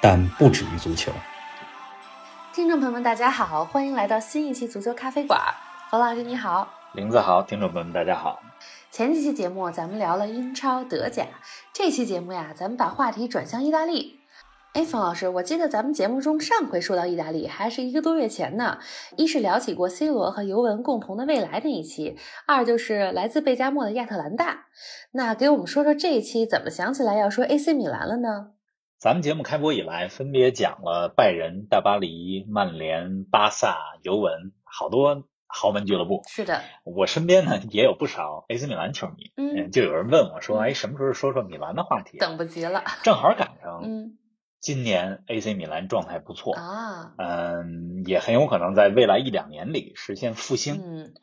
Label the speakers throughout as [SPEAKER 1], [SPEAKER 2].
[SPEAKER 1] 但不止于足球。
[SPEAKER 2] 听众朋友们，大家好，欢迎来到新一期足球咖啡馆。侯老师你好，
[SPEAKER 3] 林子豪，听众朋友们，大家好。
[SPEAKER 2] 前几期节目咱们聊了英超、德甲，这期节目呀，咱们把话题转向意大利。哎，冯老师，我记得咱们节目中上回说到意大利，还是一个多月前呢。一是聊起过 C 罗和尤文共同的未来那一期，二就是来自贝加莫的亚特兰大。那给我们说说这一期怎么想起来要说 AC 米兰了呢？
[SPEAKER 3] 咱们节目开播以来，分别讲了拜仁、大巴黎、曼联、巴萨、尤文，好多豪门俱乐部。
[SPEAKER 2] 是的，
[SPEAKER 3] 我身边呢也有不少 AC 米兰球迷，
[SPEAKER 2] 嗯，
[SPEAKER 3] 就有人问我说：“
[SPEAKER 2] 嗯
[SPEAKER 3] 哎，什么时候说说米兰的话题？”啊
[SPEAKER 2] 等不及了。
[SPEAKER 3] 正好赶上
[SPEAKER 2] 嗯
[SPEAKER 3] 今年 AC 米兰状态不错，
[SPEAKER 2] 啊，
[SPEAKER 3] 嗯，也很有可能在未来一两年里实现复兴。
[SPEAKER 2] 嗯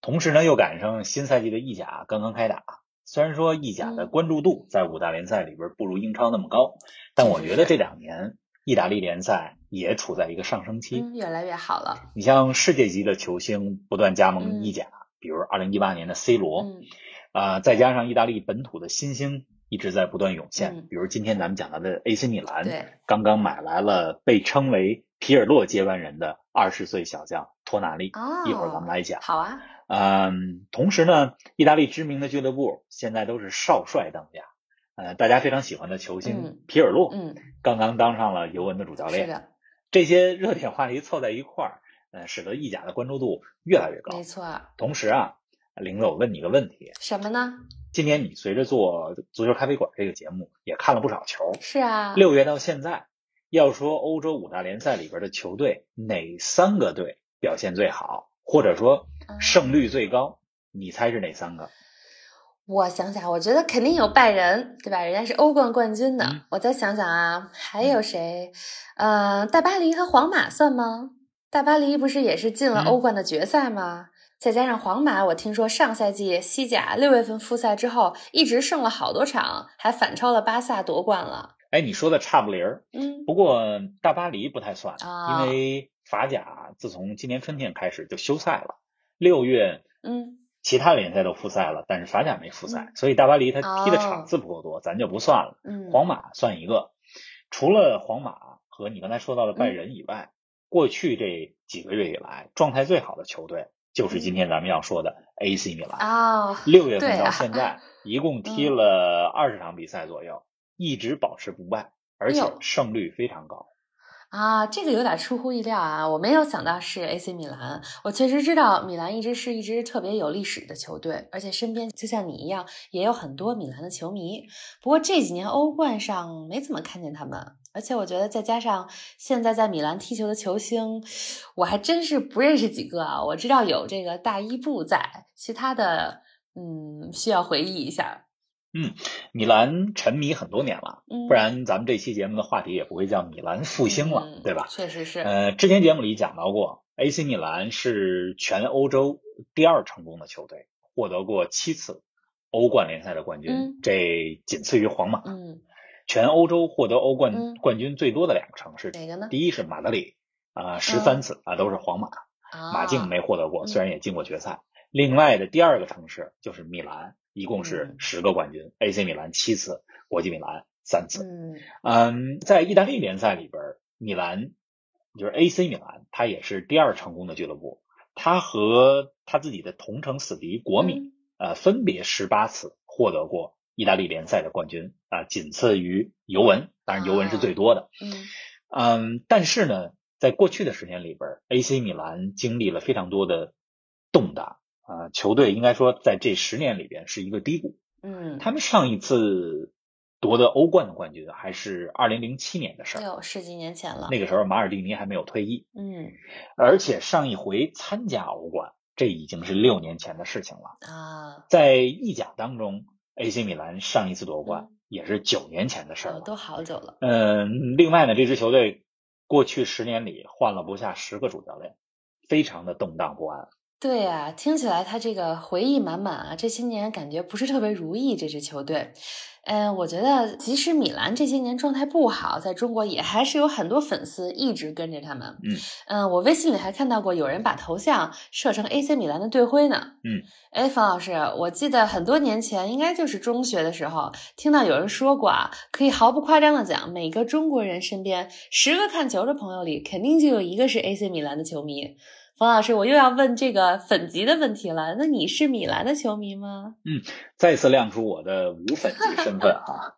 [SPEAKER 3] 同时呢，又赶上新赛季的意甲刚刚开打。虽然说意甲
[SPEAKER 2] 嗯
[SPEAKER 3] 的关注度在五大联赛里边不如英超那么高，但我觉得这两年意大利联赛也处在一个上升期。
[SPEAKER 2] 嗯，越来越好了。
[SPEAKER 3] 你像世界级的球星不断加
[SPEAKER 2] 嗯
[SPEAKER 3] 盟意甲，比如2018年的 C 罗
[SPEAKER 2] 嗯
[SPEAKER 3] 啊、再加上意大利本土的新星一直在不断涌
[SPEAKER 2] 嗯
[SPEAKER 3] 现，比如今天咱们讲到的 AC 米兰，
[SPEAKER 2] 对，
[SPEAKER 3] 刚刚买来了被称为皮尔洛接班人的20岁小将托纳利。
[SPEAKER 2] 哦，
[SPEAKER 3] 一会儿咱们来讲。
[SPEAKER 2] 好啊，
[SPEAKER 3] 嗯，同时呢，意大利知名的俱乐部现在都是少帅当家，呃，大家非常喜欢的球星、
[SPEAKER 2] 嗯
[SPEAKER 3] 皮尔洛、
[SPEAKER 2] 嗯，
[SPEAKER 3] 刚刚当上了尤文的主教
[SPEAKER 2] 是
[SPEAKER 3] 练，
[SPEAKER 2] 的，
[SPEAKER 3] 这些热点话题凑在一块儿，呃，使得意甲的关注度越来越高
[SPEAKER 2] 没。错儿。
[SPEAKER 3] 同时啊，玲子，我问你个问题，
[SPEAKER 2] 什么呢？
[SPEAKER 3] 今年你随着做足球咖啡馆这个节目，也看了不少球，
[SPEAKER 2] 是啊，
[SPEAKER 3] 六月到现在，要说欧洲五大联赛里边的球队，哪三个队表现最好，或者说
[SPEAKER 2] 嗯
[SPEAKER 3] 胜率最高，你猜是哪三个？
[SPEAKER 2] 我想想，我觉得肯定有拜仁，对吧？人家是欧冠冠军呢。
[SPEAKER 3] 嗯
[SPEAKER 2] 我再想想啊，还有谁？呃，大巴黎和皇马算吗？大巴黎不是也是进了
[SPEAKER 3] 嗯
[SPEAKER 2] 欧冠的决赛吗？再加上皇马，我听说上赛季西甲六月份复赛之后，一直胜了好多场，还反超了巴萨夺冠了。
[SPEAKER 3] 哎，你说的差不离儿。
[SPEAKER 2] 嗯，
[SPEAKER 3] 不过大巴黎不太算，
[SPEAKER 2] 啊
[SPEAKER 3] 因为法甲自从今年春天开始就休赛了，六月
[SPEAKER 2] 嗯，
[SPEAKER 3] 其他联赛都复赛了，但是法甲没复赛
[SPEAKER 2] 嗯，
[SPEAKER 3] 所以大巴黎它
[SPEAKER 2] 哦
[SPEAKER 3] 踢的场次不够多，咱就不算了。
[SPEAKER 2] 嗯，
[SPEAKER 3] 皇马算一个，除了皇马和你刚才说到的拜
[SPEAKER 2] 嗯
[SPEAKER 3] 仁以外，过去这几个月以来状态最好的球队就是今天咱们要说的 AC 米兰。
[SPEAKER 2] 哦，
[SPEAKER 3] 六月份
[SPEAKER 2] 对啊嗯
[SPEAKER 3] 到 现在，一共踢了二十场比赛左右，一直保持不败，而且
[SPEAKER 2] 哎呦
[SPEAKER 3] 胜率非常高。
[SPEAKER 2] 啊，这个有点出乎意料啊！我没有想到是 AC 米兰，我确实知道米兰一直是一支特别有历史的球队，而且身边就像你一样，也有很多米兰的球迷。不过这几年欧冠上没怎么看见他们，而且我觉得再加上现在在米兰踢球的球星，我还真是不认识几个啊。我知道有这个大伊布在，其他的嗯需要回忆一下。
[SPEAKER 3] 米兰沉迷很多年了，
[SPEAKER 2] 嗯，
[SPEAKER 3] 不然咱们这期节目的话题也不会叫米兰复兴了，
[SPEAKER 2] 嗯
[SPEAKER 3] 对吧？
[SPEAKER 2] 确实是，
[SPEAKER 3] 呃，之前节目里讲到过，AC 米兰是全欧洲第二成功的球队，获得过七次欧冠联赛的冠军，
[SPEAKER 2] 嗯
[SPEAKER 3] 这仅次于皇马。
[SPEAKER 2] 嗯，
[SPEAKER 3] 全欧洲获得欧冠、
[SPEAKER 2] 嗯
[SPEAKER 3] 冠军最多的两个城市，
[SPEAKER 2] 哪个呢？
[SPEAKER 3] 第一是马德里，啊、十三次啊、都是皇马，马
[SPEAKER 2] 嗯
[SPEAKER 3] 竞
[SPEAKER 2] 啊
[SPEAKER 3] 没获得
[SPEAKER 2] 嗯
[SPEAKER 3] 过，虽然也进过决赛。另外的第二个城市就是米兰，一共是
[SPEAKER 2] 嗯
[SPEAKER 3] 十个冠军、a c 米兰七次，国际米兰三次。
[SPEAKER 2] 嗯
[SPEAKER 3] 嗯，在意大利联赛里边儿，米兰就是 AC 米兰，它也是第二成功的俱乐部。它和它自己的同城死敌国
[SPEAKER 2] 嗯
[SPEAKER 3] 米，呃，分别十八次获得过意大利联赛的冠军啊、仅次于尤文。当然，尤文是最多的。
[SPEAKER 2] 嗯嗯
[SPEAKER 3] 嗯，但是呢，在过去的十年里边儿，AC 米兰经历了非常多的动荡啊、球队应该说在这十年里边是一个低谷。
[SPEAKER 2] 嗯，
[SPEAKER 3] 他们上一次夺得欧冠的冠军还是二零零七年的事儿，
[SPEAKER 2] 有十几年前了。
[SPEAKER 3] 那个时候马尔蒂尼还没有退役，
[SPEAKER 2] 嗯
[SPEAKER 3] 而且上一回参加欧冠，这已经是六年前的事情了。
[SPEAKER 2] 啊，
[SPEAKER 3] 在意甲当中，AC 米兰上一次夺冠也是九年前的事儿
[SPEAKER 2] 哦
[SPEAKER 3] 了。
[SPEAKER 2] 都好久了。
[SPEAKER 3] 嗯，另外呢，这支球队过去十年里换了不下十个主教练，非常的动荡不安。
[SPEAKER 2] 对呀、听起来他这个回忆满满啊，这些年感觉不是特别如意这支球队。嗯，我觉得即使米兰这些年状态不好，在中国也还是有很多粉丝一直跟着他们。
[SPEAKER 3] 嗯
[SPEAKER 2] 嗯，我微信里还看到过有人把头像设成 AC 米兰的队徽呢。
[SPEAKER 3] 嗯，
[SPEAKER 2] 哎，冯老师，我记得很多年前，应该就是中学的时候，听到有人说过啊，可以毫不夸张的讲，每个中国人身边十个看球的朋友里，肯定就有一个是 AC 米兰的球迷。冯老师，我又要问这个粉级的问题了。那你是米兰的球迷吗？
[SPEAKER 3] 再次亮出我的无 粉级身份啊。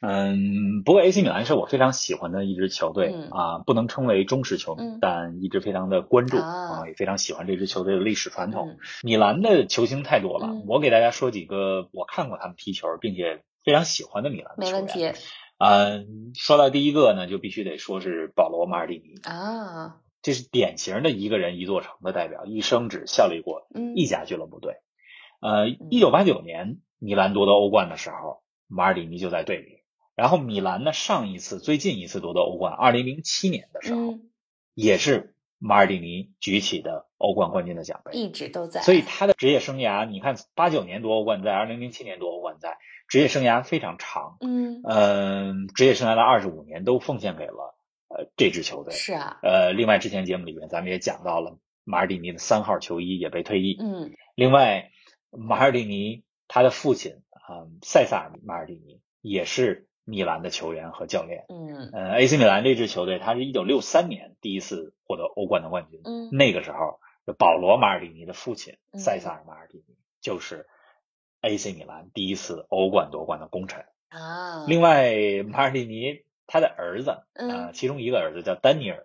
[SPEAKER 3] 嗯，不过 AC 米兰是我非常喜欢的一支球队、
[SPEAKER 2] 嗯
[SPEAKER 3] 啊，不能称为忠实球迷，
[SPEAKER 2] 嗯
[SPEAKER 3] 但一直非常的关注
[SPEAKER 2] 啊
[SPEAKER 3] 也非常喜欢这支球队的历史传统。
[SPEAKER 2] 嗯
[SPEAKER 3] 米兰的球星太多了，
[SPEAKER 2] 嗯
[SPEAKER 3] 我给大家说几个我看过他们踢球，并且非常喜欢的米兰的
[SPEAKER 2] 没
[SPEAKER 3] 球员。
[SPEAKER 2] 问题
[SPEAKER 3] 嗯，说到第一个呢，就必须得说是保罗·马尔蒂尼，
[SPEAKER 2] 啊。
[SPEAKER 3] 这是典型的一个人一座城的代表，一生只效力过
[SPEAKER 2] 嗯，
[SPEAKER 3] 一家俱乐部队。呃，一九八九年米兰夺得欧冠的时候，马尔蒂尼就在队里。然后米兰呢，上一次最近一次夺得欧冠，二零零七年的时候，
[SPEAKER 2] 嗯，
[SPEAKER 3] 也是马尔蒂尼举起的欧冠冠军的奖杯。
[SPEAKER 2] 一直都在。
[SPEAKER 3] 所以他的职业生涯，你看八九年夺欧冠赛，二零零七年夺欧冠赛，职业生涯非常长。
[SPEAKER 2] 嗯，
[SPEAKER 3] 嗯，职业生涯的二十五年都奉献给了呃这支球队。
[SPEAKER 2] 是啊，
[SPEAKER 3] 呃，另外之前节目里面咱们也讲到了，马尔蒂尼的三号球衣也被退役。
[SPEAKER 2] 嗯
[SPEAKER 3] 另外，马尔蒂尼他的父亲啊、塞萨尔马尔蒂尼也是米兰的球员和教练。
[SPEAKER 2] 嗯
[SPEAKER 3] 呃，AC 米兰这支球队，它是一九六三年第一次获得欧冠的冠军。
[SPEAKER 2] 嗯
[SPEAKER 3] 那个时候，保罗·马尔蒂尼的父亲
[SPEAKER 2] 嗯
[SPEAKER 3] 塞萨尔·马尔蒂尼就是 AC 米兰第一次欧冠夺冠的功臣。
[SPEAKER 2] 啊。
[SPEAKER 3] 另外，马尔蒂尼他的儿子，呃，
[SPEAKER 2] 嗯
[SPEAKER 3] 其中一个儿子叫丹尼尔·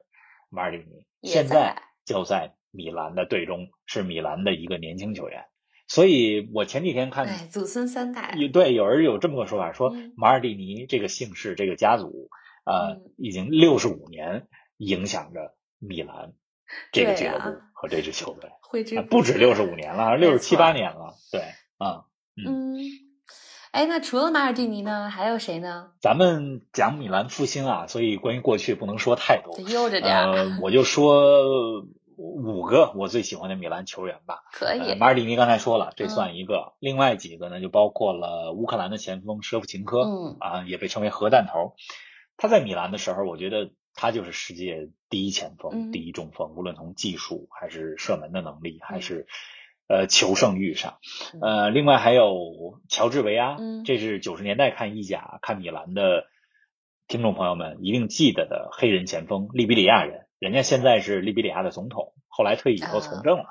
[SPEAKER 3] 马尔蒂尼，
[SPEAKER 2] 也
[SPEAKER 3] 现
[SPEAKER 2] 在
[SPEAKER 3] 在就在米兰的队中，是米兰的一个年轻球员。所以我前几天看
[SPEAKER 2] 哎，祖孙三代。
[SPEAKER 3] 有对，有人有这么个说法，说
[SPEAKER 2] 嗯
[SPEAKER 3] 马尔蒂尼这个姓氏、这个家族，呃，
[SPEAKER 2] 嗯
[SPEAKER 3] 已经六十五年影响着 米兰这个
[SPEAKER 2] 对
[SPEAKER 3] 俱乐
[SPEAKER 2] 啊
[SPEAKER 3] 部和这支球队，
[SPEAKER 2] 挥之
[SPEAKER 3] 啊不止六十五年了，六十七
[SPEAKER 2] 没错
[SPEAKER 3] 八年了。对，啊、
[SPEAKER 2] 嗯，哎，那除了马尔蒂尼呢，还有谁呢？
[SPEAKER 3] 咱们讲米兰复兴啊，所以关于过去不能说太多
[SPEAKER 2] 得，悠着点儿，
[SPEAKER 3] 呃，我就说五个我最喜欢的米兰球员吧。
[SPEAKER 2] 可
[SPEAKER 3] 呃
[SPEAKER 2] 以。
[SPEAKER 3] 马尔蒂尼刚才说了，这
[SPEAKER 2] 嗯
[SPEAKER 3] 算一个。另外几个呢，就包括了乌克兰的前锋舍甫琴科，
[SPEAKER 2] 嗯
[SPEAKER 3] 啊，也被称为核弹头。他在米兰的时候，我觉得他就是世界第一前锋、
[SPEAKER 2] 嗯
[SPEAKER 3] 第一中锋，无论从技术还是射门的能力，
[SPEAKER 2] 嗯
[SPEAKER 3] 还是呃求胜欲上。呃，另外还有乔治维阿，
[SPEAKER 2] 嗯
[SPEAKER 3] 这是九十年代看意甲、看米兰的听众朋友们一定记得的黑人前锋，利比里亚人，人家现在是利比里亚的总统，后来退役以后从政了。
[SPEAKER 2] 啊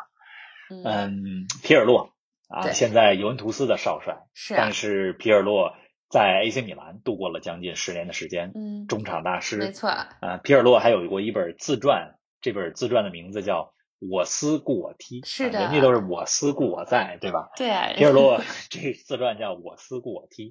[SPEAKER 2] 嗯，
[SPEAKER 3] 嗯，皮尔洛啊，
[SPEAKER 2] 对
[SPEAKER 3] 现在尤文图斯的少帅，
[SPEAKER 2] 是啊
[SPEAKER 3] 但。是皮尔洛在 AC 米兰度过了将近十年的时间，
[SPEAKER 2] 嗯，
[SPEAKER 3] 中场大
[SPEAKER 2] 没
[SPEAKER 3] 师。
[SPEAKER 2] 错。
[SPEAKER 3] 啊，皮尔洛还有过一本自传，这本自传的名字叫《我思故我踢》，
[SPEAKER 2] 是
[SPEAKER 3] 啊
[SPEAKER 2] 的
[SPEAKER 3] 人家都是我思故我在，对吧？
[SPEAKER 2] 对啊，
[SPEAKER 3] 皮尔洛这自传叫《我思故我踢》，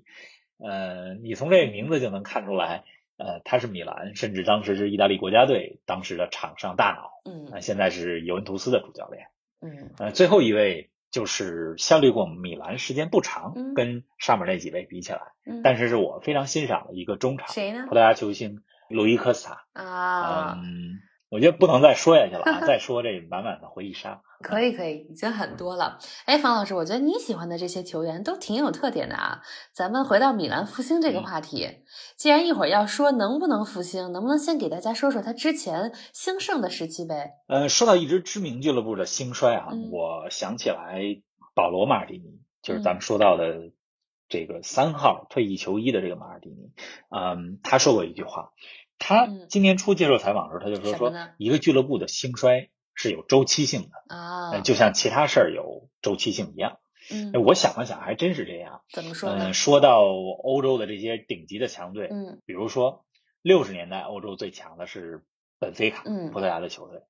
[SPEAKER 3] 呃，你从这个名字就能看出来，呃，他是米兰，甚至当时是意大利国家队当时的场上大脑，
[SPEAKER 2] 嗯
[SPEAKER 3] 啊，现在是尤文图斯的主教练。
[SPEAKER 2] 嗯
[SPEAKER 3] 呃，最后一位就是效力过米兰时间不长，
[SPEAKER 2] 嗯
[SPEAKER 3] 跟上面那几位比起来，
[SPEAKER 2] 嗯，
[SPEAKER 3] 但是是我非常欣赏的一个中场，
[SPEAKER 2] 谁呢
[SPEAKER 3] 葡？萄牙球星路易科斯塔。
[SPEAKER 2] 啊，
[SPEAKER 3] 嗯，我觉得不能再说下去了啊， 再说这满满的回忆杀。
[SPEAKER 2] 可以可以，已经很多了。哎，方老师，我觉得你喜欢的这些球员都挺有特点的啊。咱们回到米兰复兴这个
[SPEAKER 3] 嗯
[SPEAKER 2] 话题，既然一会儿要说能不能复兴，能不能先给大家说说他之前兴盛的时期呗？
[SPEAKER 3] 呃，说到一支知名俱乐部的兴衰啊，
[SPEAKER 2] 嗯
[SPEAKER 3] 我想起来保罗·马尔蒂尼，就是
[SPEAKER 2] 嗯
[SPEAKER 3] 咱们说到的这个三号退役球衣的这个马尔蒂尼。嗯，他说过一句话，他
[SPEAKER 2] 嗯
[SPEAKER 3] 今年初接受采访的时候，他就说
[SPEAKER 2] 什么
[SPEAKER 3] 说
[SPEAKER 2] 呢
[SPEAKER 3] 一个俱乐部的兴衰是有周期性的，
[SPEAKER 2] 啊，
[SPEAKER 3] 呃就像其他事儿有周期性一样。
[SPEAKER 2] 嗯
[SPEAKER 3] 哎，，我想了想，还真是这样。
[SPEAKER 2] 怎么说呢
[SPEAKER 3] 嗯，？说到欧洲的这些顶级的强队，
[SPEAKER 2] 嗯
[SPEAKER 3] 比如说，六十年代欧洲最强的是本菲卡，
[SPEAKER 2] 嗯
[SPEAKER 3] 葡萄牙的球队。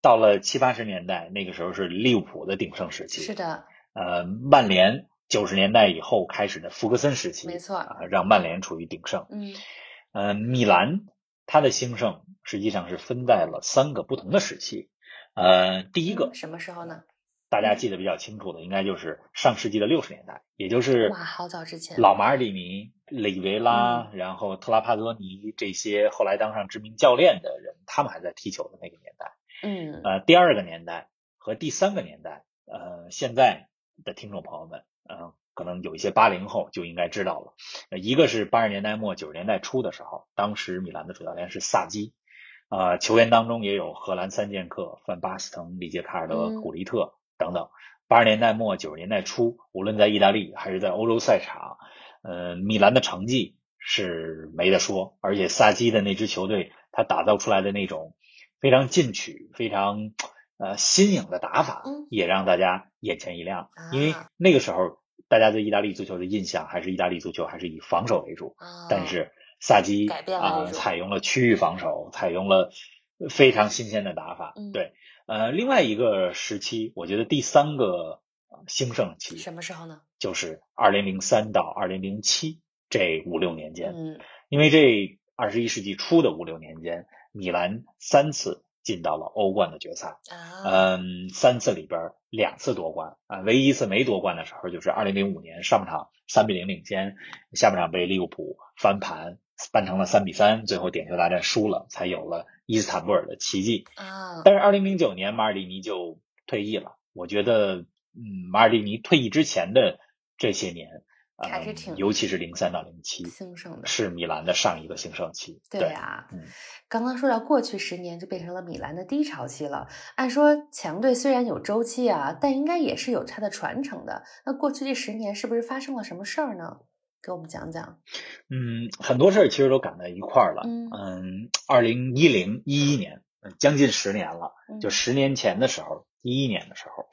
[SPEAKER 3] 到了七八十年代，那个时候是利物浦的鼎盛时期。
[SPEAKER 2] 是。的，
[SPEAKER 3] 呃，曼联九十年代以后开始的福格森时期，
[SPEAKER 2] 没错
[SPEAKER 3] 啊，让曼联处于鼎盛。
[SPEAKER 2] 嗯
[SPEAKER 3] 呃，米兰它的兴盛实际上是分在了三个不同的时期。呃，第一个
[SPEAKER 2] 嗯什么时候呢？
[SPEAKER 3] 大家记得比较清楚的，应该就是上世纪的六十年代，也就是
[SPEAKER 2] 哇好早之前
[SPEAKER 3] 老马尔蒂尼、里维拉，然后特拉帕多尼这些后来当上知名教练的人，他们还在踢球的那个年代。
[SPEAKER 2] 嗯
[SPEAKER 3] 呃，第二个年代和第三个年代，呃，现在的听众朋友们，呃，可能有一些八零后就应该知道了。呃一个是八十年代末九十年代初的时候，当时米兰的主教练是萨基，呃，球员当中也有荷兰三剑客范巴斯滕、里杰卡尔德、
[SPEAKER 2] 嗯
[SPEAKER 3] 古利特等等。八十年代末九十年代初，无论在意大利还是在欧洲赛场，呃，米兰的成绩是没得说，而且萨基的那支球队，他打造出来的那种非常进取、非常呃新颖的打法
[SPEAKER 2] 嗯，
[SPEAKER 3] 也让大家眼前一亮。因为
[SPEAKER 2] 啊
[SPEAKER 3] 那个时候大家对意大利足球的印象还是意大利足球还是以防守为主，
[SPEAKER 2] 啊，
[SPEAKER 3] 但是萨基
[SPEAKER 2] 改变了
[SPEAKER 3] 啊、
[SPEAKER 2] 这种
[SPEAKER 3] 采用了区域防守，采用了非常新鲜的打法。
[SPEAKER 2] 嗯
[SPEAKER 3] 对，呃，另外一个时期，我觉得第三个呃兴盛期
[SPEAKER 2] 什么时候呢？
[SPEAKER 3] 就是二零零三到二零零七这五六年间，
[SPEAKER 2] 嗯
[SPEAKER 3] 因为这二十一世纪初的五六年间，米兰三次进到了欧冠的决赛，
[SPEAKER 2] 啊
[SPEAKER 3] 嗯，三次里边儿两次夺冠啊，唯一一次没夺冠的时候就是二零零五年上半场三比零领先，下半场被利物浦翻盘，扳成了三比三，最后点球大战输了，才有了伊斯坦布尔的奇迹。
[SPEAKER 2] 啊
[SPEAKER 3] 呃但是二零零九年马尔蒂尼就退役了。我觉得，嗯，马尔蒂尼退役之前的这些年，呃、
[SPEAKER 2] 还是挺
[SPEAKER 3] 尤其是零三到零七，
[SPEAKER 2] 兴盛的。
[SPEAKER 3] 是米兰的上一个兴盛期。对
[SPEAKER 2] 呀、
[SPEAKER 3] 嗯
[SPEAKER 2] 啊刚刚说到过去十年就变成了米兰的低潮期了。按说强队虽然有周期啊，但应该也是有它的传承的。那过去这十年是不是发生了什么事儿呢？给我们讲讲。
[SPEAKER 3] 嗯，很多事儿其实都赶在一块儿了。
[SPEAKER 2] 嗯
[SPEAKER 3] 嗯，二零一零一一年，嗯将近十年了，
[SPEAKER 2] 嗯
[SPEAKER 3] 就十年前的时候，一一年的时候，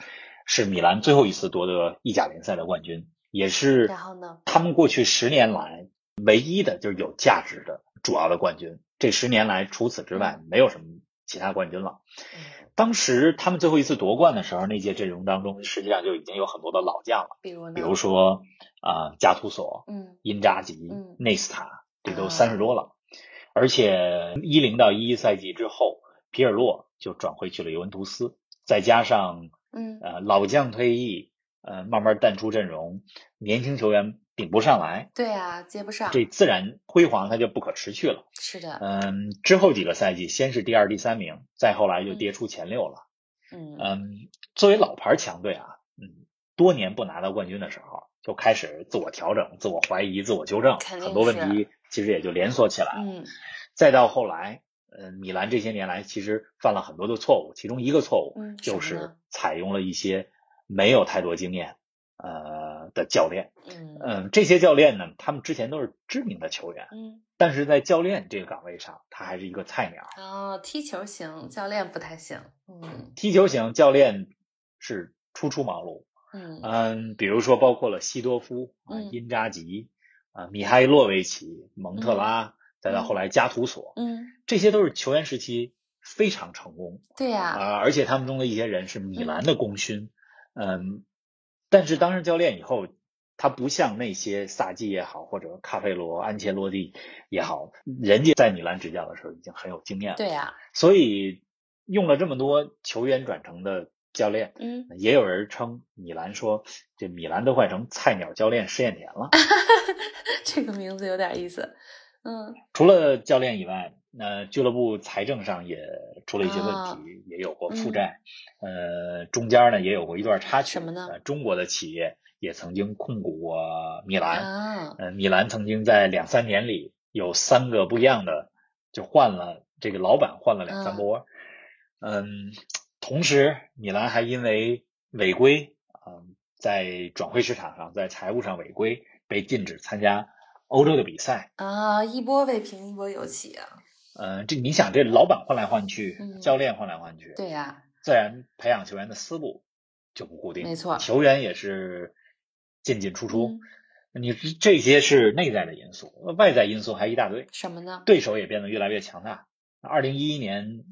[SPEAKER 3] 是米兰最后一次夺得意甲联赛的冠军，也是
[SPEAKER 2] 然后呢？
[SPEAKER 3] 他们过去十年来唯一的就是有价值的主要的冠军。这十年来，除此之外没有什么其他冠军了。
[SPEAKER 2] 嗯
[SPEAKER 3] 当时他们最后一次夺冠的时候，那届阵容当中实际上就已经有很多的老将了，
[SPEAKER 2] 比如呢？
[SPEAKER 3] 比如，说啊、呃加图索、
[SPEAKER 2] 嗯
[SPEAKER 3] 因扎吉、
[SPEAKER 2] 嗯
[SPEAKER 3] 内斯塔，这
[SPEAKER 2] 啊
[SPEAKER 3] 都三十多了。而且一零到一一赛季之后，皮尔洛就转会去了尤文图斯，再加上
[SPEAKER 2] 嗯
[SPEAKER 3] 呃老将退役，呃慢慢淡出阵容，年轻球员顶不上来，
[SPEAKER 2] 对啊，接不上。
[SPEAKER 3] 这自然辉煌它就不可持续了。
[SPEAKER 2] 是的，
[SPEAKER 3] 嗯，之后几个赛季先是第二、第三名，再后来就跌出前六了。
[SPEAKER 2] 嗯
[SPEAKER 3] 嗯，作为老牌强队啊，嗯，多年不拿到冠军的时候，就开始自我调整、自我怀疑、自我纠正，
[SPEAKER 2] 肯定
[SPEAKER 3] 很多问
[SPEAKER 2] 是
[SPEAKER 3] 题其实也就连锁起来了。
[SPEAKER 2] 嗯
[SPEAKER 3] 再到后来，呃，米兰这些年来其实犯了很多的错误，其中一个错误
[SPEAKER 2] 嗯
[SPEAKER 3] 就
[SPEAKER 2] 什么
[SPEAKER 3] 是
[SPEAKER 2] 呢
[SPEAKER 3] 采用了一些没有太多经验呃的教练。
[SPEAKER 2] 嗯
[SPEAKER 3] 嗯，这些教练呢，他们之前都是知名的球员，
[SPEAKER 2] 嗯
[SPEAKER 3] 但是在教练这个岗位上，他还是一个菜鸟。
[SPEAKER 2] 哦，踢球行，教练不太行。嗯
[SPEAKER 3] 踢球型教练是初出茅庐，
[SPEAKER 2] 嗯
[SPEAKER 3] 嗯，比如说包括了西多夫、啊、
[SPEAKER 2] 嗯
[SPEAKER 3] 因扎吉、啊、米哈伊洛维奇、蒙特拉，再到后来加图索，
[SPEAKER 2] 嗯，
[SPEAKER 3] 这些都是球员时期非常成功
[SPEAKER 2] 对呀、
[SPEAKER 3] 啊、而且他们中的一些人是米兰的功勋，嗯，但是当上教练以后，他不像那些萨基也好，或者卡佩罗、安切洛蒂也好，人家在米兰执教的时候已经很有经验了，
[SPEAKER 2] 对呀、啊
[SPEAKER 3] 所以用了这么多球员转成的教练，
[SPEAKER 2] 嗯，
[SPEAKER 3] 也有人称米兰说这米兰都快成菜鸟教练试验田了。
[SPEAKER 2] 这个名字有点意思。嗯
[SPEAKER 3] 除了教练以外，那俱乐部财政上也出了一些问题，
[SPEAKER 2] 啊
[SPEAKER 3] 也有过
[SPEAKER 2] 嗯
[SPEAKER 3] 负债。呃，中间呢也有过一段插曲。
[SPEAKER 2] 什么呢
[SPEAKER 3] 呃中国的企业也曾经控股过米兰。
[SPEAKER 2] 啊，
[SPEAKER 3] 呃，米兰曾经在两三年里有三个不一样的，就换了这个老板换了两
[SPEAKER 2] 嗯
[SPEAKER 3] 三波。嗯，同时米兰还因为违规，嗯，在转会市场上，在财务上违规，被禁止参加欧洲的比赛。
[SPEAKER 2] 啊，一波未平一波又起啊！
[SPEAKER 3] 嗯，这你想，这老板换来换去，
[SPEAKER 2] 嗯
[SPEAKER 3] 教练换来换去，
[SPEAKER 2] 对呀、
[SPEAKER 3] 自然培养球员的思路就不固定，
[SPEAKER 2] 没错
[SPEAKER 3] 球员也是进进出出
[SPEAKER 2] 嗯。
[SPEAKER 3] 你这这些是内在的因素，外在因素还一大堆。
[SPEAKER 2] 什么呢？
[SPEAKER 3] 对手也变得越来越强大。二零一一年，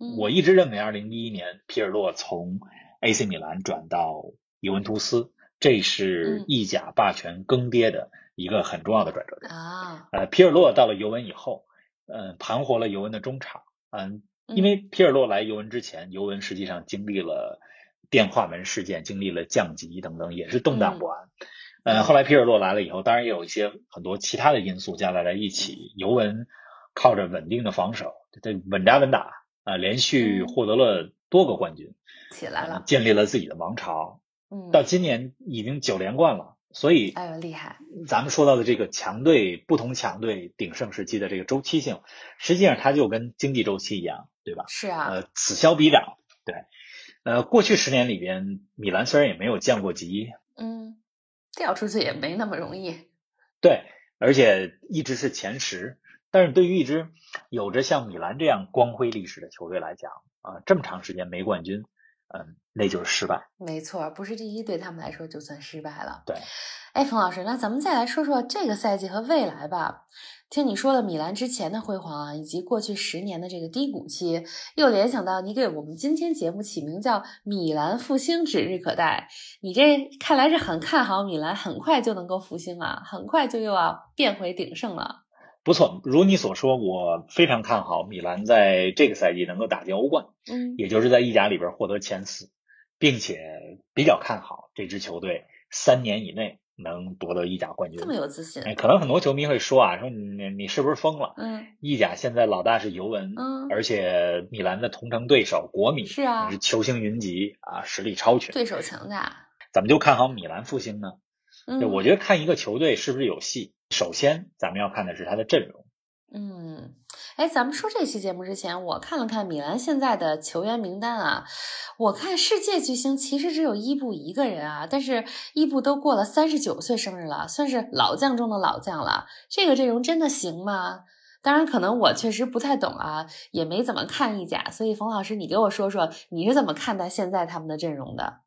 [SPEAKER 2] 嗯
[SPEAKER 3] 我一直认为二零一一年皮尔洛从 AC 米兰转到尤文图斯，这是
[SPEAKER 2] 嗯
[SPEAKER 3] 意甲霸权更迭的一个很重要的转折点。
[SPEAKER 2] 啊，
[SPEAKER 3] 呃，皮尔洛到了尤文以后，嗯，盘活了
[SPEAKER 2] 嗯
[SPEAKER 3] 尤文的中场，嗯，因为皮尔洛来尤文之前，尤文实际上经历了变化门事件经历了降级等等，也是动
[SPEAKER 2] 嗯
[SPEAKER 3] 荡不安。呃，后来皮尔洛来了以后，当然也有一些很多其他的因素加在一起，尤文靠着稳定的防守，这稳扎稳打啊、呃连续获得了多个冠军，
[SPEAKER 2] 嗯起来
[SPEAKER 3] 呃
[SPEAKER 2] 嗯了，
[SPEAKER 3] 建立了自己的王朝。
[SPEAKER 2] 嗯，
[SPEAKER 3] 到今年已经九连冠了，所以
[SPEAKER 2] 哎呦厉害，
[SPEAKER 3] 咱们说到的这个强队，不同强队鼎盛时期的这个周期性，实际上它就跟经济周期一样，对吧？
[SPEAKER 2] 是啊，
[SPEAKER 3] 呃，此消彼长，对。呃，过去十年里边，米兰虽然也没有降过级，
[SPEAKER 2] 嗯，调出去也没那么容易，
[SPEAKER 3] 对，而且一直是前十，但是对于一支有着像米兰这样光辉历史的球队来讲，啊、这么长时间没冠军，嗯、那就是失败。
[SPEAKER 2] 没错，不是第一对他们来说就算失败了。
[SPEAKER 3] 对，
[SPEAKER 2] 哎，冯老师，那咱们再来说说这个赛季和未来吧。听你说了米兰之前的辉煌啊，以及过去十年的这个低谷期，又联想到你给我们今天节目起名叫“米兰复兴指日可待”，你这看来是很看好米兰很快就能够复兴啊，很快就又要变回鼎盛了。
[SPEAKER 3] 不错，如你所说，我非常看好米兰在这个赛季能够打进欧冠。
[SPEAKER 2] 嗯
[SPEAKER 3] 也就是在意甲里边获得前四，并且比较看好这支球队三年以内能夺得意甲冠军
[SPEAKER 2] 这。么有自信，
[SPEAKER 3] 哎，可能很多球迷会说啊，说你你是不是疯了？
[SPEAKER 2] 嗯
[SPEAKER 3] 意甲现在老大是尤文，
[SPEAKER 2] 嗯，
[SPEAKER 3] 而且米兰的同城对手国米
[SPEAKER 2] 是啊
[SPEAKER 3] 是球星云集啊，实力超群。
[SPEAKER 2] 对手强大。
[SPEAKER 3] 怎么就看好米兰复兴呢？
[SPEAKER 2] 嗯
[SPEAKER 3] 对，，我觉得看一个球队是不是有戏，首先咱们要看的是他的阵容。
[SPEAKER 2] 嗯，哎，咱们说这期节目之前，我看了看米兰现在的球员名单啊，我看世界巨星其实只有伊布一个人啊，但是伊布都过了三十九岁生日了，算是老将中的老将了。这个阵容真的行吗？当然，可能我确实不太懂啊，也没怎么看意甲，所以冯老师，你给我说说你是怎么看待现在他们的阵容的？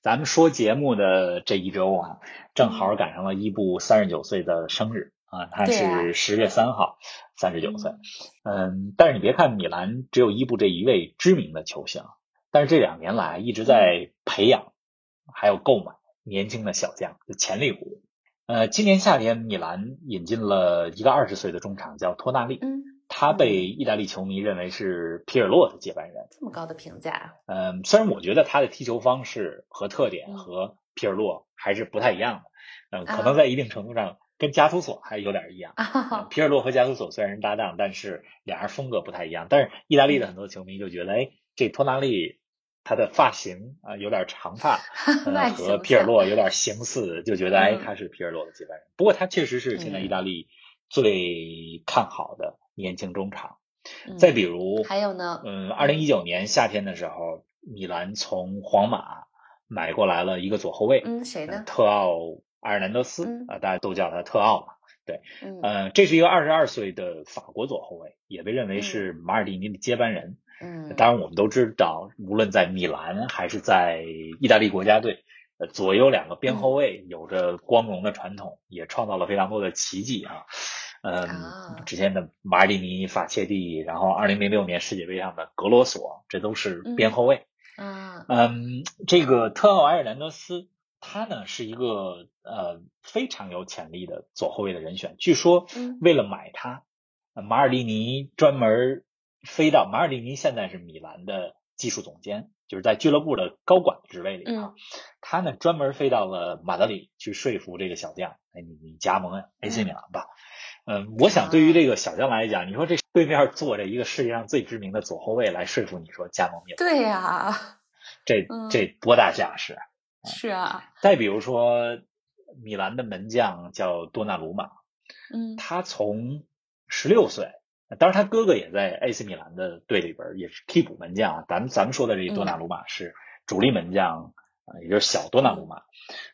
[SPEAKER 3] 咱们说节目的这一周啊，正好赶上了伊布三十九岁的生日啊，他
[SPEAKER 2] 嗯对啊
[SPEAKER 3] 是十月三号三十九岁。嗯，但是你别看米兰只有伊布这一位知名的球星，但是这两年来一直
[SPEAKER 2] 嗯
[SPEAKER 3] 在培养还有购买年轻的小将，就潜力股。呃，今年夏天米兰引进了一个二十岁的中场叫托纳利，
[SPEAKER 2] 嗯，
[SPEAKER 3] 他被意大利球迷认为是皮尔洛的接班人。
[SPEAKER 2] 这么高的评价，
[SPEAKER 3] 嗯，虽然我觉得他的踢球方式和特点
[SPEAKER 2] 嗯
[SPEAKER 3] 和皮尔洛还是不太一样的，嗯，
[SPEAKER 2] 啊
[SPEAKER 3] 可能在一定程度上跟加图索还有点一样。
[SPEAKER 2] 啊哈
[SPEAKER 3] 嗯
[SPEAKER 2] 哈，
[SPEAKER 3] 皮尔洛和加图索虽然是搭档，但是俩人风格不太一样。但是意大利
[SPEAKER 2] 嗯
[SPEAKER 3] 的很多球迷就觉得，哎，这托纳利他的发型啊、有点 长发，
[SPEAKER 2] 外
[SPEAKER 3] 呃，和
[SPEAKER 2] 形
[SPEAKER 3] 皮尔
[SPEAKER 2] 像
[SPEAKER 3] 洛有点相似，就觉得哎
[SPEAKER 2] 嗯
[SPEAKER 3] 他是皮尔洛的接班人。不过他确实是现在意大利最看好的年轻中场。
[SPEAKER 2] 嗯
[SPEAKER 3] 再比如，
[SPEAKER 2] 还有呢，
[SPEAKER 3] 嗯，二零一九年夏天的时候，米兰从皇马买过来了一个左后卫，
[SPEAKER 2] 嗯，谁
[SPEAKER 3] 呃
[SPEAKER 2] 呢？
[SPEAKER 3] 特奥埃尔南德斯
[SPEAKER 2] 嗯
[SPEAKER 3] 啊、大家都叫他特奥嘛。
[SPEAKER 2] 嗯
[SPEAKER 3] 呃，这是一个二十二岁的法国左后卫，也被认为
[SPEAKER 2] 嗯
[SPEAKER 3] 是马尔蒂尼的接班人。
[SPEAKER 2] 嗯，
[SPEAKER 3] 当然，我们都知道，无论在米兰还是在意大利国家队，呃，左右两个边
[SPEAKER 2] 嗯
[SPEAKER 3] 后卫有着光荣的传统，也创造了非常多的奇迹啊。嗯，
[SPEAKER 2] 啊
[SPEAKER 3] 之前的马尔蒂尼、法切蒂，然后2006年世界杯上的格罗索，这都是
[SPEAKER 2] 嗯
[SPEAKER 3] 边后卫。
[SPEAKER 2] 啊，
[SPEAKER 3] 嗯，这个特奥埃尔南德斯，他呢是一个呃非常有潜力的左后卫的人选。据说
[SPEAKER 2] 嗯
[SPEAKER 3] 为了买他，呃马尔蒂尼专门飞到马尔蒂尼现在是米兰的技术总监，就是在俱乐部的高管职位里啊。他呢专门飞到了马德里去说服这个小将，哎，你你加盟 AC 米兰吧。嗯，我想对于这个小将来讲，你说这对面坐着一个世界上最知名的左后卫来说服你说加盟米兰。
[SPEAKER 2] 对呀、
[SPEAKER 3] 这
[SPEAKER 2] 嗯
[SPEAKER 3] 这多大架势啊！
[SPEAKER 2] 是啊，
[SPEAKER 3] 再比如说，米兰的门将叫多纳鲁马，
[SPEAKER 2] 嗯
[SPEAKER 3] 他从十六岁，当然他哥哥也在 AC 米兰的队里边儿，也是替补门将啊。咱们咱们说的这
[SPEAKER 2] 嗯
[SPEAKER 3] 个多纳鲁马是主力门将，啊，也就是小多纳鲁马。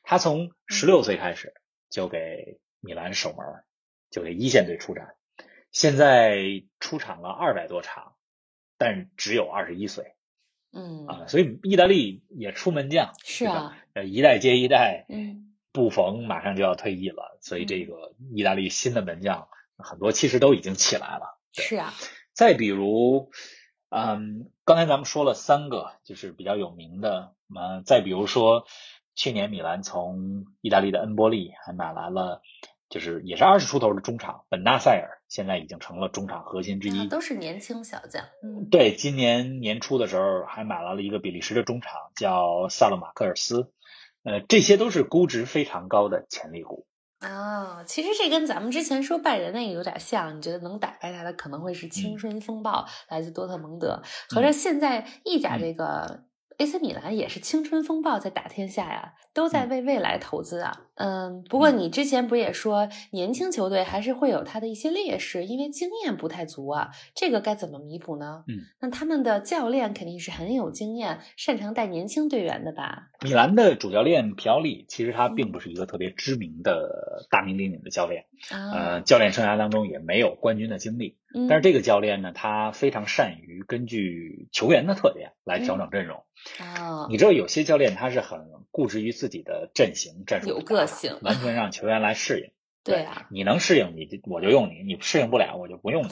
[SPEAKER 3] 他
[SPEAKER 2] 嗯
[SPEAKER 3] 从十六岁开始就给米兰守门儿，就给一线队出战，现在出场了二百多场，但只有二十一岁
[SPEAKER 2] 嗯，
[SPEAKER 3] 啊，所以意大利也出门将。
[SPEAKER 2] 是
[SPEAKER 3] 对
[SPEAKER 2] 啊
[SPEAKER 3] 吧，呃，一代接一代，
[SPEAKER 2] 嗯
[SPEAKER 3] 布冯马上就要退役了，所以这
[SPEAKER 2] 嗯
[SPEAKER 3] 个意大利新的门将很多其实都已经起来了。
[SPEAKER 2] 是啊，
[SPEAKER 3] 再比如，嗯，刚才咱们说了三个，就是比较有名的，呃嗯，再比如说去年米兰从意大利的恩波利还买来了就是也是二十出头的中场本纳塞尔，现在已经成了中场核心之一。
[SPEAKER 2] 啊都是年轻小将。嗯，
[SPEAKER 3] 对，今年年初的时候还买来了一个比利时的中场，叫萨勒马克尔斯。呃，这些都是估值非常高的潜力股。
[SPEAKER 2] 哦，其实这跟咱们之前说拜仁那个有点像。你觉得能打败他的可能会是
[SPEAKER 3] 嗯
[SPEAKER 2] 青春风暴，来自多特蒙德。合着现在意
[SPEAKER 3] 嗯
[SPEAKER 2] 甲这个 AC 米兰也是青春风暴在打天下呀，都
[SPEAKER 3] 嗯
[SPEAKER 2] 在为未来投资啊。嗯，不过你之前不是也说年轻球队还是会有它的一些劣势，因为经验不太足啊。这个该怎么弥补呢？
[SPEAKER 3] 嗯，
[SPEAKER 2] 那他们的教练肯定是很有经验，擅长带年轻队员的吧？
[SPEAKER 3] 米兰的主教练皮奥利，其实他并不是一个特别知名的大名鼎鼎的教练，
[SPEAKER 2] 啊，
[SPEAKER 3] 呃，教练生涯当中也没有冠军的经历。
[SPEAKER 2] 嗯
[SPEAKER 3] 但是这个教练呢，他非常善于根据球员的特点来调
[SPEAKER 2] 嗯
[SPEAKER 3] 整阵容。
[SPEAKER 2] 啊，
[SPEAKER 3] 你知道有些教练他是很固执于自己的阵型战术，
[SPEAKER 2] 有个，性，
[SPEAKER 3] 完全让球员来适应。
[SPEAKER 2] 对啊，
[SPEAKER 3] 你能适应你就我就用你，你适应不了我就 不用你。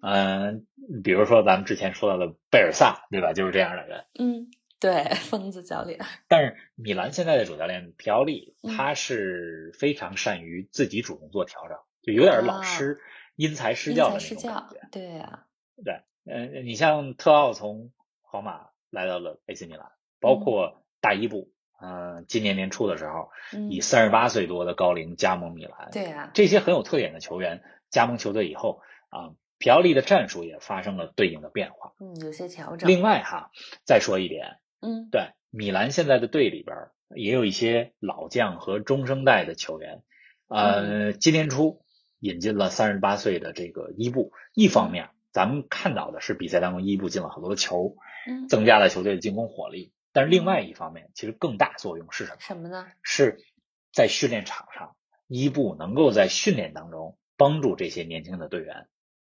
[SPEAKER 3] 嗯、比如说咱们之前说到的贝尔萨，对吧？就是这样的人。
[SPEAKER 2] 嗯， 对，疯子教练，
[SPEAKER 3] 但是米兰现在的主教练皮奥利，
[SPEAKER 2] 嗯
[SPEAKER 3] 他是非常善于自己主动做调整，就有点老师因材施
[SPEAKER 2] 啊因
[SPEAKER 3] 教的
[SPEAKER 2] 材
[SPEAKER 3] 那
[SPEAKER 2] 施
[SPEAKER 3] 种感
[SPEAKER 2] 教
[SPEAKER 3] 觉。，
[SPEAKER 2] 对啊，
[SPEAKER 3] 呃，你像特奥从皇马来到了 AC 米兰，
[SPEAKER 2] 嗯
[SPEAKER 3] 包括大伊布，嗯、今年年初的时候
[SPEAKER 2] 嗯，
[SPEAKER 3] 以三十八岁多的高龄加盟米兰，
[SPEAKER 2] 对啊，
[SPEAKER 3] 这些很有特点的球员加盟球队以后啊、皮奥利的战术也发生了对应的变化。
[SPEAKER 2] 嗯，有些调整，
[SPEAKER 3] 另外哈，再说一点，
[SPEAKER 2] 嗯
[SPEAKER 3] 对，米兰现在的队里边儿也有一些老将和中生代的球员。呃，今年初引进了三十八岁的这个伊布。一方面，咱们看到的是比赛当中伊布进了很多的球，
[SPEAKER 2] 嗯，
[SPEAKER 3] 增加了球队的进攻火力。但是另外一方面，其实更大作用是什么？
[SPEAKER 2] 什么呢？
[SPEAKER 3] 是在训练场上，伊布能够在训练当中帮助这些年轻的队员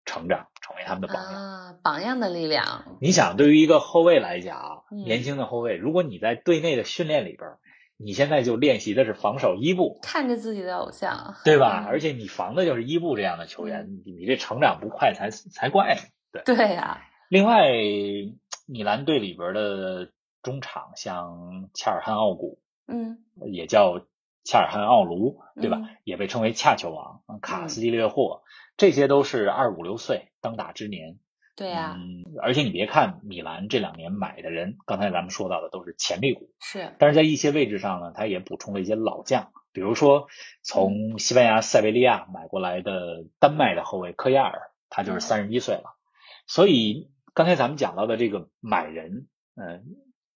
[SPEAKER 3] 成长，成为他们的榜样。
[SPEAKER 2] 啊，榜样的力量，
[SPEAKER 3] 你想，对于一个后卫来讲，
[SPEAKER 2] 嗯
[SPEAKER 3] 年轻的后卫，如果你在队内的训练里边儿，你现在就练习的是防守伊布，
[SPEAKER 2] 看着自己的偶像，
[SPEAKER 3] 对吧？
[SPEAKER 2] 嗯
[SPEAKER 3] 而且你防的就是伊布这样的球员，你你这成长不快才才怪呢。
[SPEAKER 2] 对啊，
[SPEAKER 3] 另外，米兰队里边的中场像恰尔汗奥古，
[SPEAKER 2] 嗯，
[SPEAKER 3] 也叫恰尔汗奥卢，对吧？
[SPEAKER 2] 嗯
[SPEAKER 3] 也被称为恰球王、卡斯蒂略霍，这些都是二五六岁当打之年，
[SPEAKER 2] 对啊，
[SPEAKER 3] 嗯，而且你别看米兰这两年买的人，刚才咱们说到的都是潜力股，
[SPEAKER 2] 是，
[SPEAKER 3] 但是在一些位置上呢，他也补充了一些老将，比如说从西班牙塞维利亚买过来的丹麦的后卫科亚尔，他就是三十一岁了。所以刚才咱们讲到的这个买人，嗯、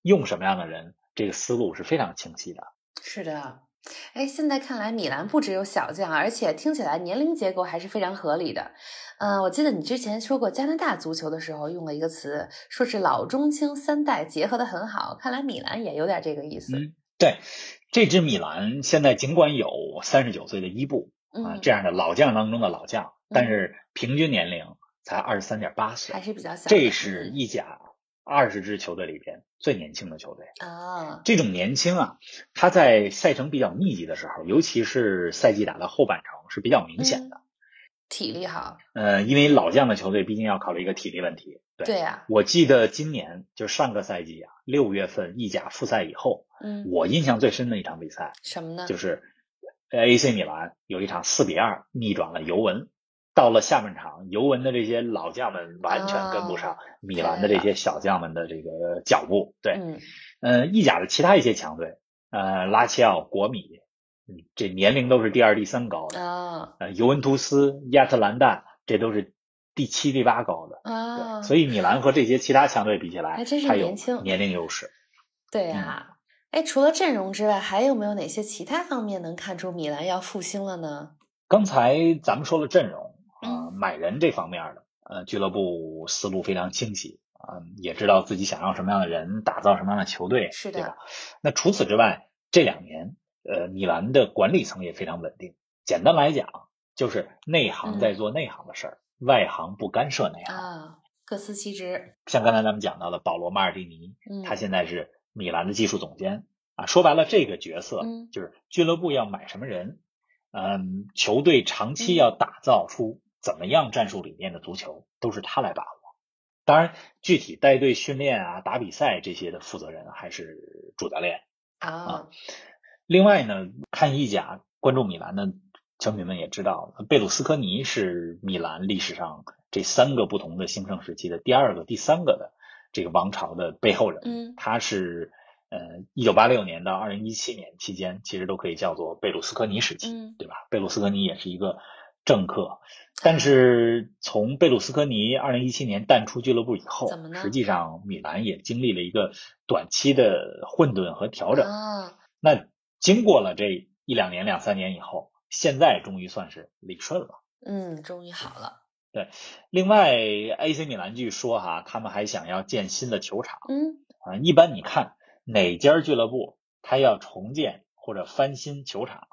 [SPEAKER 3] 用什么样的人，这个思路是非常清晰的。
[SPEAKER 2] 是的。哎，现在看来，米兰不只有小将，而且听起来年龄结构还是非常合理的。嗯、我记得你之前说过加拿大足球的时候用了一个词，说是老中青三代结合的很好。看来米兰也有点这个意思。
[SPEAKER 3] 嗯对，这支米兰现在尽管有三十九岁的伊布，啊
[SPEAKER 2] 嗯，
[SPEAKER 3] 这样的老将当中的老将，
[SPEAKER 2] 嗯
[SPEAKER 3] 但是平均年龄才二十三点八岁
[SPEAKER 2] 还，是比较小的。
[SPEAKER 3] 这是意甲二十支球队里边最年轻的球队。
[SPEAKER 2] 啊，
[SPEAKER 3] 这种年轻啊，他在赛程比较密集的时候，尤其是赛季打到后半程是比较明显的。
[SPEAKER 2] 体力好，
[SPEAKER 3] 呃，因为老将的球队毕竟要考虑一个体力问题。对，
[SPEAKER 2] 嗯对啊呀、
[SPEAKER 3] 我记得今年就上个赛季啊，六月份意甲复赛以后，
[SPEAKER 2] 嗯，
[SPEAKER 3] 我印象最深的一场比赛
[SPEAKER 2] 什么呢？
[SPEAKER 3] 就是呃 AC 米兰有一场四比二逆转了尤文。到了下半场，尤文的这些老将们完全
[SPEAKER 2] 哦
[SPEAKER 3] 跟不上米兰的这些小将们的这个脚步。对，
[SPEAKER 2] 嗯，
[SPEAKER 3] 呃，意甲的其他一些强队，呃，拉齐奥、国米，嗯，这年龄都是第二、第三高的。
[SPEAKER 2] 啊
[SPEAKER 3] 呃，尤文图斯、亚特兰大，这都是第七、第八高的。
[SPEAKER 2] 啊，
[SPEAKER 3] 对，所以米兰和这些其他强队比起来，
[SPEAKER 2] 还真是
[SPEAKER 3] 它有
[SPEAKER 2] 年轻
[SPEAKER 3] 年龄优势。
[SPEAKER 2] 对
[SPEAKER 3] 嗯
[SPEAKER 2] 呀、哎，除了阵容之外，还有没有哪些其他方面能看出米兰要复兴了呢？
[SPEAKER 3] 刚才咱们说了阵容啊、
[SPEAKER 2] 嗯
[SPEAKER 3] 买人这方面的，呃，俱乐部思路非常清晰啊、也知道自己想要什么样的人，打造什么样的球队，
[SPEAKER 2] 是的
[SPEAKER 3] 对吧？那除此之外，这两年呃，米兰的管理层也非常稳定。简单来讲，就是内
[SPEAKER 2] 嗯
[SPEAKER 3] 行在做内行的事儿，外行不干涉内行。
[SPEAKER 2] 啊，各司其职。
[SPEAKER 3] 像刚才咱们讲到的保罗·马尔蒂尼，
[SPEAKER 2] 嗯，
[SPEAKER 3] 他现在是米兰的技术总监啊。说白了，这个角色
[SPEAKER 2] 嗯
[SPEAKER 3] 就是俱乐部要买什么人，嗯，球队长
[SPEAKER 2] 嗯
[SPEAKER 3] 期要打造出怎么样战术理念的足球，都是他来把握。当然，具体带队训练啊、打比赛这些的负责人还是主教练。
[SPEAKER 2] 啊，
[SPEAKER 3] 另外呢，看意甲关注米兰的球迷们也知道，贝鲁斯科尼是米兰历史上这三个不同的兴盛时期的第二个、第三个的这个王朝的背后人。
[SPEAKER 2] 嗯
[SPEAKER 3] 他是呃，一九八六年到二零一七年期间，其实都可以叫做贝鲁斯科尼时期，
[SPEAKER 2] 嗯
[SPEAKER 3] 对吧？贝鲁斯科尼也是一个政客，但
[SPEAKER 2] 哦
[SPEAKER 3] 是从贝鲁斯科尼二零一七年淡出俱乐部以后
[SPEAKER 2] 怎么，呢
[SPEAKER 3] 实际上米兰也经历了一个短期的混沌和调整。
[SPEAKER 2] 啊，
[SPEAKER 3] 那经过了这一两年、两三年以后，现在终于算是理顺了。
[SPEAKER 2] 嗯，终于好了，
[SPEAKER 3] 另外，AC 米兰据说哈、他们还想要建新的球场。
[SPEAKER 2] 嗯
[SPEAKER 3] 啊，一般你看哪家俱乐部他要重建或者翻新球场，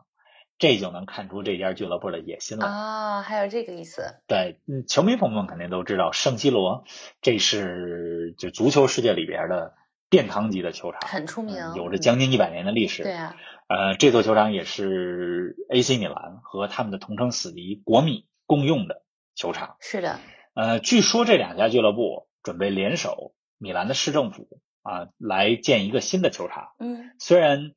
[SPEAKER 3] 这就能看出这家俱乐部的野心了。
[SPEAKER 2] 啊，还有这个意思，
[SPEAKER 3] 对，嗯，球迷朋友们肯定都知道，圣西罗这是就足球世界里边的殿堂级的球场，
[SPEAKER 2] 很出名
[SPEAKER 3] 嗯，有着将近一百年的历史。
[SPEAKER 2] 对啊，
[SPEAKER 3] 呃，这座球场也是 AC 米兰和他们的同城死敌国米共用的球场。
[SPEAKER 2] 是的，
[SPEAKER 3] 呃，据说这两家俱乐部准备联手米兰的市政府啊、来建一个新的球场。
[SPEAKER 2] 嗯
[SPEAKER 3] 虽然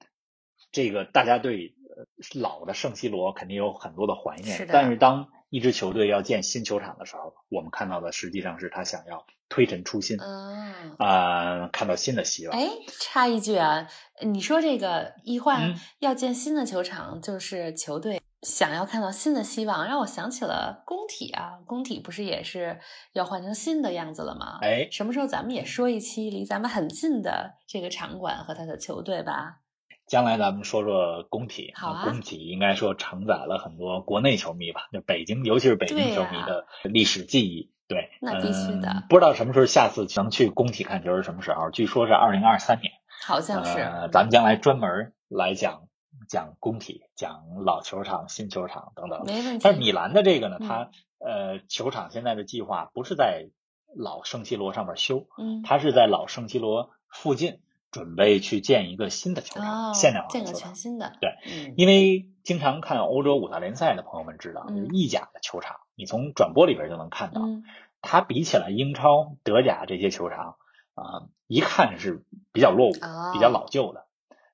[SPEAKER 3] 这个大家对呃老的圣西罗肯定有很多的怀念，
[SPEAKER 2] 是的
[SPEAKER 3] 但是当一支球队要建新球场的时候，我们看到的实际上是他想要推陈出新，啊、
[SPEAKER 2] 啊。
[SPEAKER 3] 看到新的希望。
[SPEAKER 2] 哎，插一句啊，你说这个一换
[SPEAKER 3] 嗯
[SPEAKER 2] 要建新的球场，就是球队想要看到新的希望，让我想起了工体啊，工体不是也是要换成新的样子了吗？
[SPEAKER 3] 哎，
[SPEAKER 2] 什么时候咱们也说一期离咱们很近的这个场馆和他的球队吧？
[SPEAKER 3] 将来咱们说说工体，
[SPEAKER 2] 好啊
[SPEAKER 3] 工体应该说承载了很多国内球迷吧，就北京，尤其是北京
[SPEAKER 2] 对
[SPEAKER 3] 球
[SPEAKER 2] 呀
[SPEAKER 3] 迷的历史记忆。对，
[SPEAKER 2] 那必须的
[SPEAKER 3] 嗯。不知道什么时候下次能去工体看球是什么时候？据说是二零二三年。
[SPEAKER 2] 好像是，
[SPEAKER 3] 呃，咱们将来专门来讲讲工体，讲老球场、新球场等等。
[SPEAKER 2] 没问题。
[SPEAKER 3] 但是米兰的这个呢，
[SPEAKER 2] 嗯
[SPEAKER 3] 它呃球场现在的计划不是在老圣西罗上面修，
[SPEAKER 2] 嗯，
[SPEAKER 3] 它是在老圣西罗附近准备去建一个新的球
[SPEAKER 2] 哦
[SPEAKER 3] 场，，现代化
[SPEAKER 2] 建
[SPEAKER 3] 的
[SPEAKER 2] 个
[SPEAKER 3] 球
[SPEAKER 2] 全
[SPEAKER 3] 场。
[SPEAKER 2] 新的，
[SPEAKER 3] 对
[SPEAKER 2] 嗯，
[SPEAKER 3] 因为经常看欧洲五大联赛的朋友们知道，
[SPEAKER 2] 嗯
[SPEAKER 3] 就是意甲的球场，你从转播里边就能看到，
[SPEAKER 2] 嗯
[SPEAKER 3] 它比起来英超、德甲这些球场啊、一看是比较落伍、
[SPEAKER 2] 哦
[SPEAKER 3] 比较老旧的。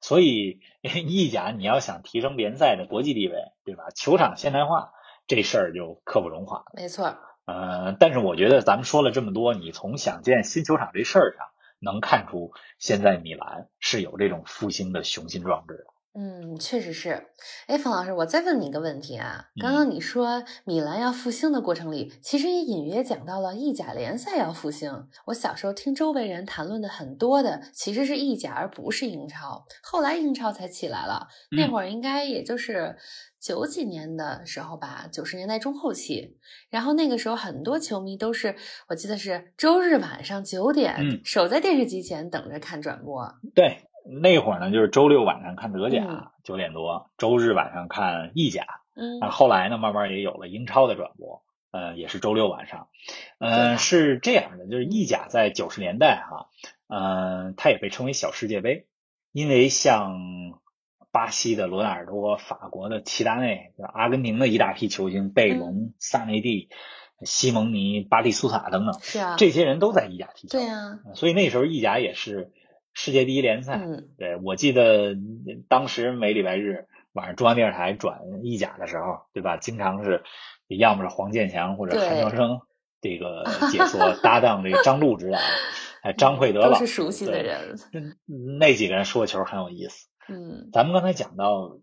[SPEAKER 3] 所以 意甲你要想提升联赛的国际地位，对吧？球场现代化这事儿就刻不容缓了。
[SPEAKER 2] 哦没错儿，
[SPEAKER 3] 呃，但是我觉得咱们说了这么多，你从想建新球场这事儿上能看出，现在米兰是有这种复兴的雄心壮志的。
[SPEAKER 2] 嗯，确实是。哎，冯老师，我再问你一个问题啊。刚
[SPEAKER 3] 嗯
[SPEAKER 2] 刚你说米兰要复兴的过程里，其实也隐约讲到了意甲联赛要复兴。我小时候听周围人谈论的很多的，其实是意甲，而不是英超。后来英超才起来了，那
[SPEAKER 3] 嗯
[SPEAKER 2] 会儿应该也就是九几年的时候吧，九十年代中后期。然后那个时候，很多球迷都是，我记得是周日晚上九点，
[SPEAKER 3] 嗯啊
[SPEAKER 2] 守在电视机前等着看转播。
[SPEAKER 3] 对，那会儿呢，就是周六晚上看德
[SPEAKER 2] 嗯
[SPEAKER 3] 甲九点多，周日晚上看意甲，
[SPEAKER 2] 嗯
[SPEAKER 3] 啊，后来呢，慢慢也有了英超的转播，呃，也是周六晚上，
[SPEAKER 2] 对啊
[SPEAKER 3] 呃，是这样的，就是意甲在九十年代哈、呃，它也被称为小世界杯，因为像巴西的罗纳尔多、法国的齐达内、阿根廷的一大批球星，贝
[SPEAKER 2] 嗯
[SPEAKER 3] 隆、萨内蒂、西蒙尼、巴蒂苏塔等等，
[SPEAKER 2] 是啊，
[SPEAKER 3] 这些人都在意甲踢球，
[SPEAKER 2] 对啊，
[SPEAKER 3] 呃所以那时候意甲也是世界第一联赛，
[SPEAKER 2] 嗯。
[SPEAKER 3] 对，我记得当时每礼拜日晚上中央电视台转意甲的时候，对吧？经常是要么是黄健翔或者韩乔生这个解说搭档这个张璐指导，哎，张惠德
[SPEAKER 2] 都
[SPEAKER 3] 老
[SPEAKER 2] 是
[SPEAKER 3] 师
[SPEAKER 2] 熟悉的。人。
[SPEAKER 3] 对嗯那几个人说球很有意思。
[SPEAKER 2] 嗯
[SPEAKER 3] 咱们刚才讲到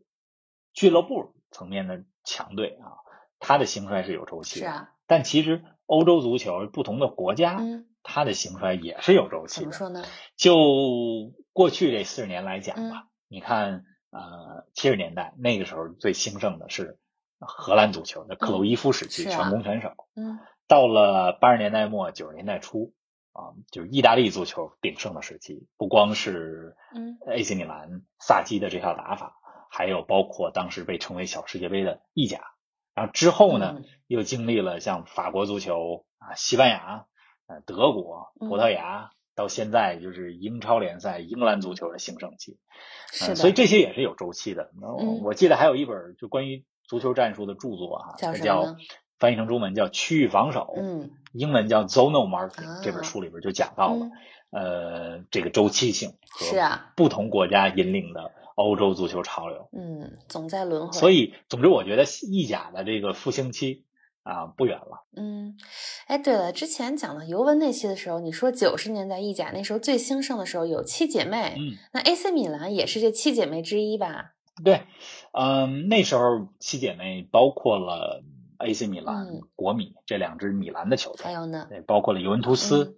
[SPEAKER 3] 俱乐部层面的强队啊，它的兴衰是有周，期
[SPEAKER 2] 是
[SPEAKER 3] 的。
[SPEAKER 2] 啊，
[SPEAKER 3] 但其实欧洲足球不同的国家，
[SPEAKER 2] 嗯，
[SPEAKER 3] 它的兴衰也是有周期
[SPEAKER 2] 怎
[SPEAKER 3] 啊
[SPEAKER 2] 么
[SPEAKER 3] 的。
[SPEAKER 2] 说呢？
[SPEAKER 3] 就过去这四十年来讲
[SPEAKER 2] 嗯
[SPEAKER 3] 吧，你看，呃，七十年代那个时候最兴盛的是荷兰足球的克鲁伊夫时期，
[SPEAKER 2] 是啊
[SPEAKER 3] 全攻全守。
[SPEAKER 2] 嗯
[SPEAKER 3] 到了八十年代末九十年代初啊，就是意大利足球鼎盛的时期，不光是
[SPEAKER 2] 嗯
[SPEAKER 3] AC 米兰萨基的这套打法，还有包括当时被称为小世界杯的意甲。然后之后呢，
[SPEAKER 2] 嗯
[SPEAKER 3] 又经历了像法国足球啊、西班牙、呃德国、葡
[SPEAKER 2] 嗯
[SPEAKER 3] 萄牙，到现在就是英超联赛、英格兰足球的兴盛期。
[SPEAKER 2] 是
[SPEAKER 3] 呃
[SPEAKER 2] 的，
[SPEAKER 3] 所以这些也是有周期的。然后
[SPEAKER 2] 嗯
[SPEAKER 3] 我记得还有一本就关于足球战术的著作啊，
[SPEAKER 2] 叫
[SPEAKER 3] 它
[SPEAKER 2] 什么呢
[SPEAKER 3] 叫翻译成中文叫《区域防守》，
[SPEAKER 2] 嗯
[SPEAKER 3] 英文叫 Zonal Marking、
[SPEAKER 2] 啊
[SPEAKER 3] 这本书里边就讲到了
[SPEAKER 2] 嗯，
[SPEAKER 3] 呃这个周期性
[SPEAKER 2] 是
[SPEAKER 3] 和
[SPEAKER 2] 啊，
[SPEAKER 3] 不同国家引领的欧洲足球潮流。
[SPEAKER 2] 嗯，总在轮回。
[SPEAKER 3] 所以，总之，我觉得意甲的这个复兴期啊，不远了。
[SPEAKER 2] 嗯，哎，对了，之前讲到尤文那期的时候，你说九十年代意甲那时候最兴盛的时候有七姐妹，
[SPEAKER 3] 嗯，
[SPEAKER 2] 那 AC 米兰也是这七姐妹之一吧？
[SPEAKER 3] 对，嗯，那时候七姐妹包括了 AC 米兰、
[SPEAKER 2] 嗯哎
[SPEAKER 3] 国米这两支米兰的球
[SPEAKER 2] 还
[SPEAKER 3] 队，
[SPEAKER 2] 有呢，
[SPEAKER 3] 对，包括了尤文图
[SPEAKER 2] 嗯
[SPEAKER 3] 斯，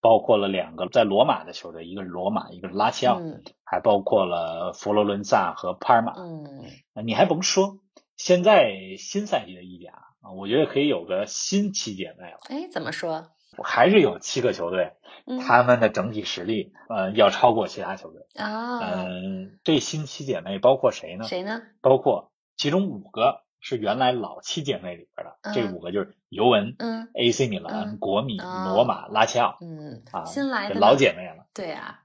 [SPEAKER 3] 包括了两个在罗马的球队，一个是罗马，一个是拉齐奥，
[SPEAKER 2] 嗯
[SPEAKER 3] 还包括了佛罗伦萨和帕尔马。呃
[SPEAKER 2] 嗯，
[SPEAKER 3] 你还甭说，现在新赛季的意甲啊，我觉得可以有个新七姐妹了，
[SPEAKER 2] 哎，怎么说？
[SPEAKER 3] 还是有七个球队，
[SPEAKER 2] 嗯
[SPEAKER 3] 他们的整体实力呃要超过其他球队。
[SPEAKER 2] 啊，
[SPEAKER 3] 嗯，这新七姐妹包括谁呢？
[SPEAKER 2] 谁呢？
[SPEAKER 3] 包括其中五个是原来老七姐妹里边的，这
[SPEAKER 2] 嗯
[SPEAKER 3] 五个就是尤文、
[SPEAKER 2] 嗯
[SPEAKER 3] AC 米兰、
[SPEAKER 2] 嗯
[SPEAKER 3] 国米、
[SPEAKER 2] 哦
[SPEAKER 3] 罗马、拉齐奥
[SPEAKER 2] 嗯
[SPEAKER 3] 啊，，
[SPEAKER 2] 新来
[SPEAKER 3] 这
[SPEAKER 2] 的呢
[SPEAKER 3] 老，姐妹了。
[SPEAKER 2] 对啊，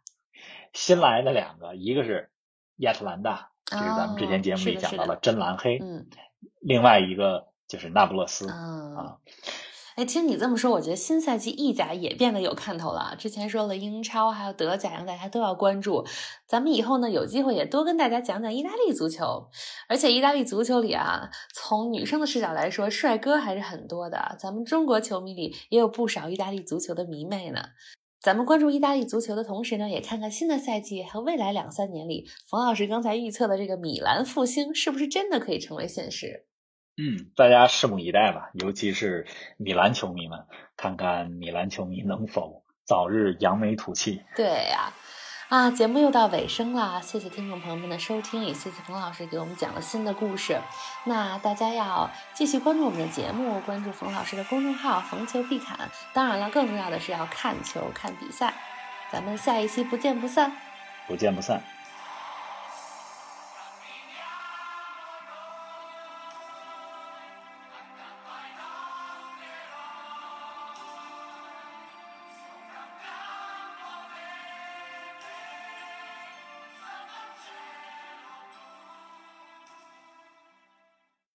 [SPEAKER 3] 新来的两个，一个是亚特兰大，这是咱们之前节目
[SPEAKER 2] 哦是
[SPEAKER 3] 里
[SPEAKER 2] 的
[SPEAKER 3] 讲
[SPEAKER 2] 是
[SPEAKER 3] 到
[SPEAKER 2] 的
[SPEAKER 3] 的真蓝黑，
[SPEAKER 2] 嗯
[SPEAKER 3] 另外一个就是那不勒斯。
[SPEAKER 2] 啊
[SPEAKER 3] 啊。
[SPEAKER 2] 哎，听你这么说，我觉得新赛季意甲也变得有看头了。之前说了英超还有德甲，让大家都要关注。咱们以后呢，有机会也多跟大家讲讲意大利足球。而且意大利足球里啊，从女生的视角来说，帅哥还是很多的。咱们中国球迷里也有不少意大利足球的迷妹呢。咱们关注意大利足球的同时呢，也看看新的赛季和未来两三年里，冯老师刚才预测的这个米兰复兴是不是真的可以成为现实？
[SPEAKER 3] 嗯，大家拭目以待吧，尤其是米兰球迷们，看看米兰球迷能否早日扬眉吐气。
[SPEAKER 2] 对呀、啊，节目又到尾声啦，谢谢听众朋友们的收听，也谢谢冯老师给我们讲了新的故事。那大家要继续关注我们的节目，关注冯老师的公众号“逢球必侃”。当然了，更重要的是要看球、看比赛。咱们下一期不见不散。
[SPEAKER 3] 不见不散。